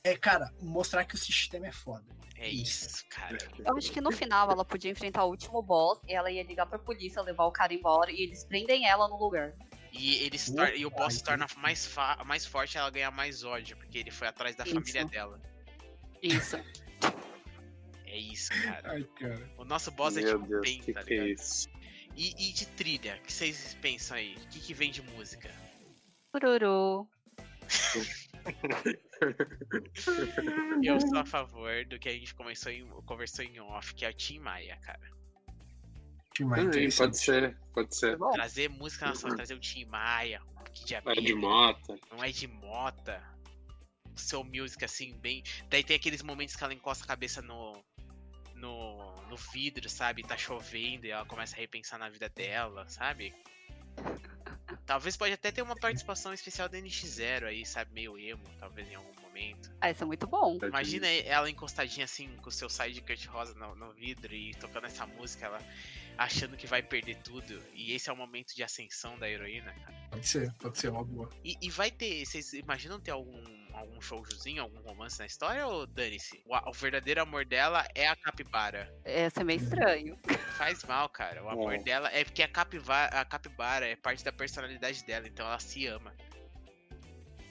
é, cara, mostrar que o sistema é foda.
É isso, cara.
Eu acho que no final ela podia enfrentar o último boss e ela ia ligar pra polícia, levar o cara embora e eles prendem ela no lugar.
E, ele se tor- e o boss se
Opa,
torna mais, fa- mais forte ela ganha mais ódio, porque ele foi atrás da
Isso.
família dela.
Isso.
É isso, cara.
Ai, cara.
O nosso boss é
Meu
tipo
Deus,
bem,
que
tá
que é
ligado?
isso?
E, e de trilha, o que vocês pensam aí? O que, que vem de música?
Tururu.
Eu sou a favor do que a gente começou em, conversou em off, que é o Tim Maia, cara.
Demais,
Também,
interessante.
Hum, pode ser, pode ser.
Bom,
Trazer música nacional, trazer o Tim Maia, um o Kid
É de
Abelha,
mota.
não é de mota. O seu music assim, bem. Daí tem aqueles momentos que ela encosta a cabeça no. No, no vidro, sabe? Tá chovendo e ela começa a repensar na vida dela, sabe? Talvez pode até ter uma participação especial da NX0 aí, sabe? Meio emo, talvez em algum momento.
ah, isso é muito
tá
bom.
Imagina ela encostadinha assim, com o seu sidecut rosa no, no vidro e tocando essa música, ela achando que vai perder tudo. E esse é o momento de ascensão da heroína, cara.
Pode ser, pode ser uma boa.
E, e vai ter. Vocês imaginam ter algum, algum showzinho, algum romance na história ou dane-se? O, a- o verdadeiro amor dela é a capibara.
Ia ser meio estranho.
Faz mal, cara. O amor
É.
dela é porque a, capiva, a capibara é parte da personalidade dela, então ela se ama.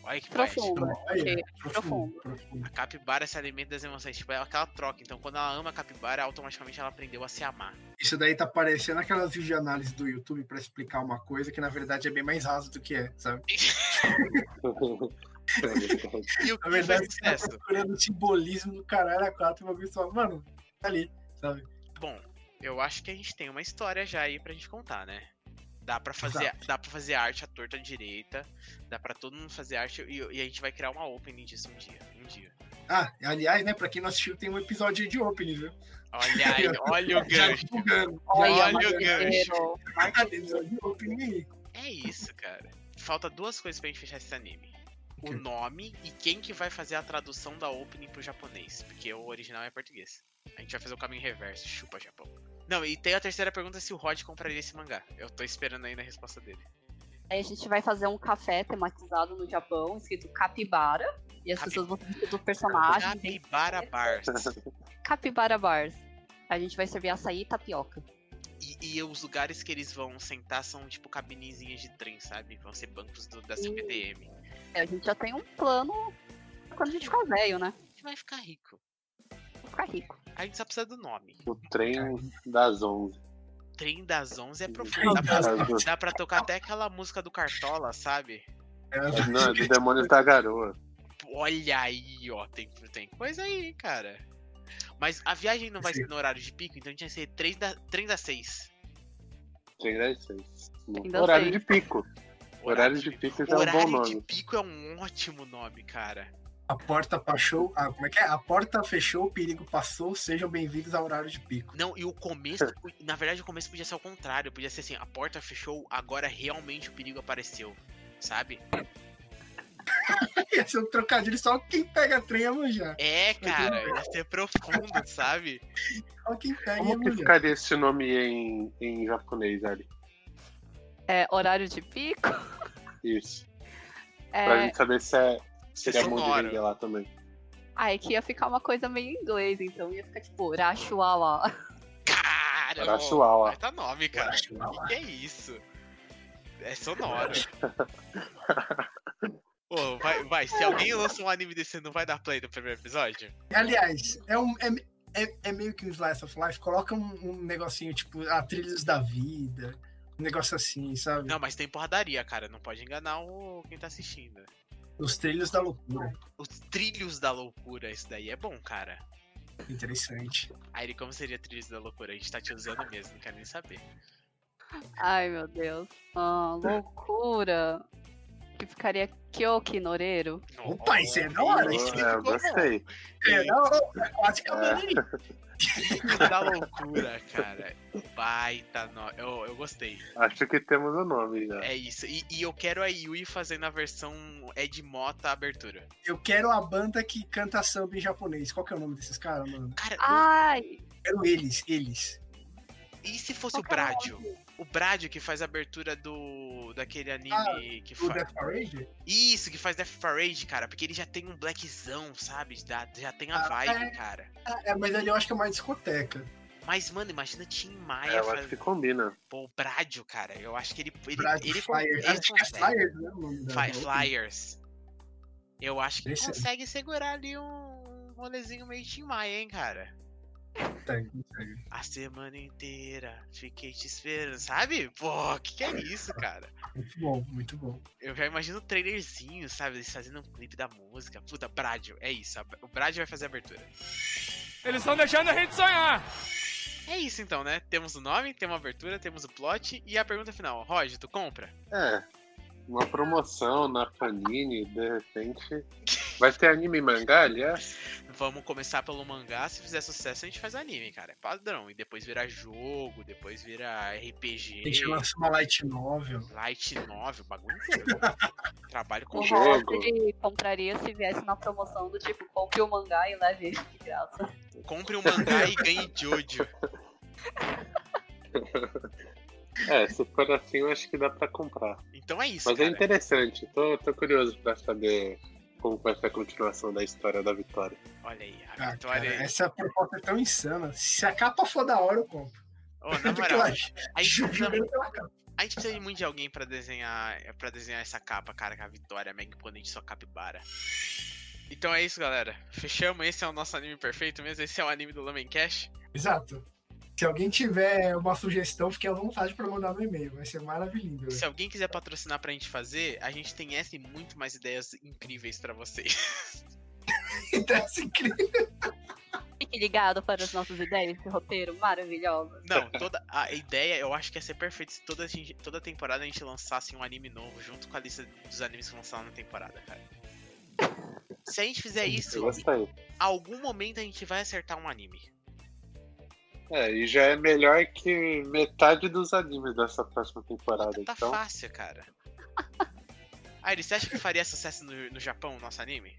Olha que poético.
Profundo.
Então, Aí,
Ok,
profundo, profundo.
A capibara se alimenta das emoções, tipo, é aquela troca. Então, quando ela ama a capibara, automaticamente ela aprendeu a se amar.
Isso daí tá parecendo aquelas vídeos de análise do YouTube pra explicar uma coisa que na verdade é bem mais raso do que é, sabe?
E o
<laughs> Na
que faz
verdade, você tá
sucesso?
procurando simbolismo do caralho a quatro pra ver só, mano, tá ali, sabe?
Bom, eu acho que a gente tem uma história já aí pra gente contar, né? Dá pra fazer,
Exato.
dá pra fazer arte à torta à direita, dá pra todo mundo fazer arte e, e a gente vai criar uma opening disso um dia, um dia.
Ah, aliás, né, pra quem não assistiu, tem um episódio aí de opening, viu?
Olha
<laughs>
aí, olha o
Já tá
gancho.
divulgando.
Olha
Já
o
divulgando.
gancho.
Tem tá episódio de opening aí.
É isso, cara. Falta duas coisas pra gente fechar esse anime. O
Ok.
nome e quem que vai fazer a tradução da opening pro japonês, porque o original é português. A gente vai fazer o caminho reverso, chupa Japão. Não, e tem a terceira pergunta se o Rod compraria esse mangá. Eu tô esperando ainda a resposta dele.
Aí a gente vai fazer um café tematizado no Japão, escrito Capibara. E as
Capi-
pessoas vão ser do personagem. tem
Capibara Bars.
Capibara Bars. A gente vai servir açaí e tapioca.
E, e os lugares que eles vão sentar são tipo cabinezinhas de trem, sabe? Vão ser bancos do- da CPTM.
É, a gente já tem um plano quando a gente ficar velho, né?
A gente vai ficar rico.
Vou ficar rico.
A gente só precisa do nome.
<laughs> O trem das Tá 11.
Trem das 11 é profundo. Dá pra, dá pra tocar até aquela música do Cartola, sabe?
Não, é do demônio da garoa.
Olha aí, ó. Tem, tem coisa aí, cara. Mas a viagem não vai ser no horário de pico, então a gente vai ser 3 da, trem das 6.
Trem das 6.
das
Horário
seis.
de pico. Horário de pico já é um bom
Horário de
nome.
pico é um ótimo nome, cara.
A porta passou. Ah, como é que é? A porta fechou, o perigo passou. Sejam bem-vindos ao horário de pico. <laughs>
Não, e o
<laughs>
começo. na verdade, o começo podia ser ao contrário. Podia ser assim: a porta fechou, agora realmente o perigo apareceu. Sabe?
Ia ser um trocadilho só quem pega trem ia manjar.
É, cara, ia ser profundo, sabe?
Só quem pega ia
Como que
manjar.
ficaria esse nome em, em japonês ali?
É, horário de pico.
Isso. Pra
É,
gente saber se é, seria bom de
Sonoro.
vender lá também.
aí que ia ficar uma coisa meio em inglês, então ia ficar tipo, Rachuala.
Cara,
Para
ó,
Chihuahua.
baita nome, cara.
Arachuala.
Que é isso? É
<laughs>
sonoro. Ô, vai, vai, se alguém lança um anime desse, não vai dar play no primeiro episódio?
Aliás, é, um, é, é, é meio que um Slice of Life. Coloca um, um negocinho tipo a Trilhos da Vida. Um negócio assim, sabe?
Não, mas tem porradaria, cara. Não pode enganar o quem tá assistindo.
Os Trilhos da Loucura.
Os trilhos da loucura, isso daí é bom, cara.
Interessante.
Aí como seria trilhos da loucura? A gente tá te usando mesmo, não quero nem saber.
<laughs> Ai, meu Deus. Ah, loucura. Que ficaria Kyokinoreiro.
Opa, isso é da hora,
Esse
isso
é,
ficou bom.
gostei.
É, não, não, é quase cavaleirinho.
Trilhos da loucura, cara. Baita, no... eu, eu gostei.
Acho que temos o nome já.
É isso. E, e eu quero a Yui fazendo a versão Ed Mota abertura.
Eu quero a banda que canta samba em japonês. Qual que é o nome desses caras, mano?
Cara,
Ai,
Quero eles, eles.
e se fosse o
qual que era
Bradio? O Bradio que faz a abertura do. daquele anime que
O
faz.
Ah, Death Parade?
Isso, que faz Death Parade, cara. Porque ele já tem um blackzão, sabe? Dá- Já tem a
Ah,
vibe,
é.
cara.
Ah, É, mas ali eu acho que é mais discoteca.
Mas, mano, imagina Tim Maia
É, eu acho
fazendo.
que combina.
Pô, o Bradio, cara. Eu acho que ele. Ele,
Brad
ele, con-
Flyer.
ele
Acho que é
consegue.
Flyer, né? O nome da
Fly-
banda.
Flyers. Eu acho que ele
Esse-
consegue segurar ali um rolezinho meio Tim Maia, hein, cara.
Consegue, consegue.
A semana inteira fiquei te esperando, sabe? Pô, que que é isso, cara?
Muito bom, muito bom.
Eu já imagino o trailerzinho, sabe? Eles fazendo um clipe da música. Puta, Bradio, é isso. a- O Bradio vai fazer a abertura.
Eles estão deixando a gente sonhar.
É isso então, né? Temos o nome, temos a abertura, temos o plot e a pergunta final. Roger, tu compra?
É. Uma promoção na Panini, de repente. Vai ter anime e mangá, é? aliás?
Vamos começar pelo mangá. Se fizer sucesso, a gente faz anime, cara. É padrão. E depois vira jogo, depois vira RPG.
A gente lança uma light novel.
Light 9, o bagulho
<laughs>
inteiro. Trabalho com
o
Um
jogo.
Ross
jogo.
ele compraria se viesse na promoção do tipo, compre o mangá e leve ele de graça.
Compre um mangá e ganhe Jojo.
É, se for assim, eu acho que dá pra comprar.
Então é isso,
Mas é
cara.
interessante. Tô, tô curioso pra saber como vai ser a continuação da história da Vitória.
Olha aí, a
Ah,
vitória.
cara, essa proposta é tão insana. Se a capa for da hora, eu compro.
Ô, na
Porque é eu
moral,
acho.
a gente, precisa,
jogando pela capa.
a gente precisa de muito de alguém pra desenhar para desenhar essa capa, cara, com a Vitória, é a Meg Ponente sua capibara. Então é isso, galera. Fechamos. Esse é o nosso anime perfeito mesmo. Esse é o anime do Lamen Cash.
Exato. Se alguém tiver uma sugestão, fique à vontade pra mandar no e-mail. Vai ser maravilhoso. <laughs>
Se alguém quiser patrocinar pra gente fazer, a gente tem essa e muito mais ideias incríveis pra vocês.
Então, assim,
Fique ligado para as nossas ideias, esse roteiro maravilhoso.
<laughs> Não, toda a ideia eu acho que ia ser perfeita se toda, a gente- toda temporada a gente lançasse um anime novo junto com a lista dos animes que lançaram na temporada, cara. Se a gente fizer
Eu
isso,
gostei.
algum momento a gente vai acertar um anime.
É, e já é melhor que metade dos animes dessa próxima temporada.
Puta, tá
Então,
fácil, cara. <laughs> Aí, você acha que faria sucesso no, no Japão, o nosso anime?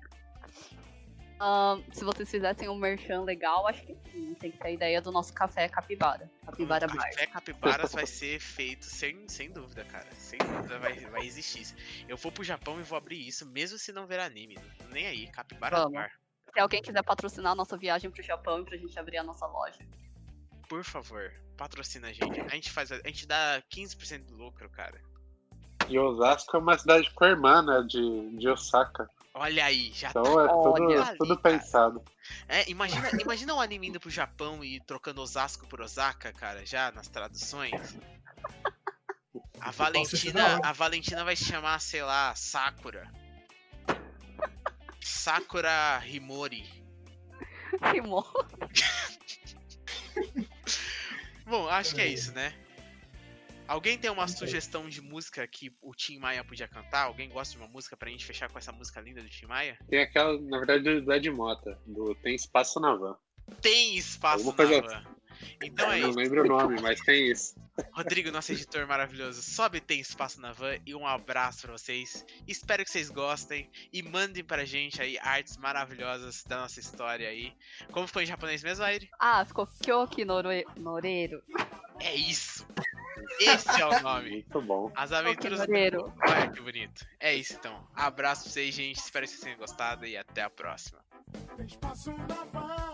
Ahn, se vocês fizessem um merchan legal, acho que sim. Tem que ter a ideia do nosso café capibara. Capibara
o
Bar.
Café Capibaras vai ser feito sem, sem dúvida, cara. Sem dúvida vai, vai existir isso. Eu vou pro Japão e vou abrir isso, mesmo se não ver anime. Não tô Nem aí, Capibara no
Vamos.
bar.
Se alguém quiser patrocinar a nossa viagem pro Japão e pra gente abrir a nossa loja. <laughs>
Por favor, patrocina a gente. A gente, faz, a a gente dá 15% do lucro, cara.
E Osasco é uma cidade co-irmã, né? De, de Osaka.
Olha aí, já
Então
tá.
é tudo,
Olha ali,
tudo
cara.
pensado.
É, imagina, imagina um anime indo pro Japão e trocando Osasco por Osaka, cara, já nas traduções. A Valentina, a Valentina vai se chamar, sei lá, Sakura. Sakura Himori.
Rimou.
Bom, acho que é isso, né? Alguém tem uma sugestão de música que o Tim Maia podia cantar? Alguém gosta de uma música pra gente fechar com essa música linda do Tim Maia?
Tem aquela, na verdade, do Ed Mota, do Tem Espaço na Van.
Tem espaço
Alguma
na
coisa
van. Então é
Eu não
isso.
lembro o nome, mas tem isso.
Rodrigo, nosso editor maravilhoso, sobe tem espaço na van e um abraço pra vocês. Espero que vocês gostem e mandem pra gente aí artes maravilhosas da nossa história aí. Como ficou em japonês mesmo, Aire?
Ah, ficou Kyoki Norue- Noreiro.
É isso. Esse é o nome.
Muito bom.
As
Kyoki
aventuras.
Noreiro.
Olha que bonito. É isso então. Abraço pra vocês, gente. Espero que vocês tenham gostado e até a próxima.
Tem espaço na van.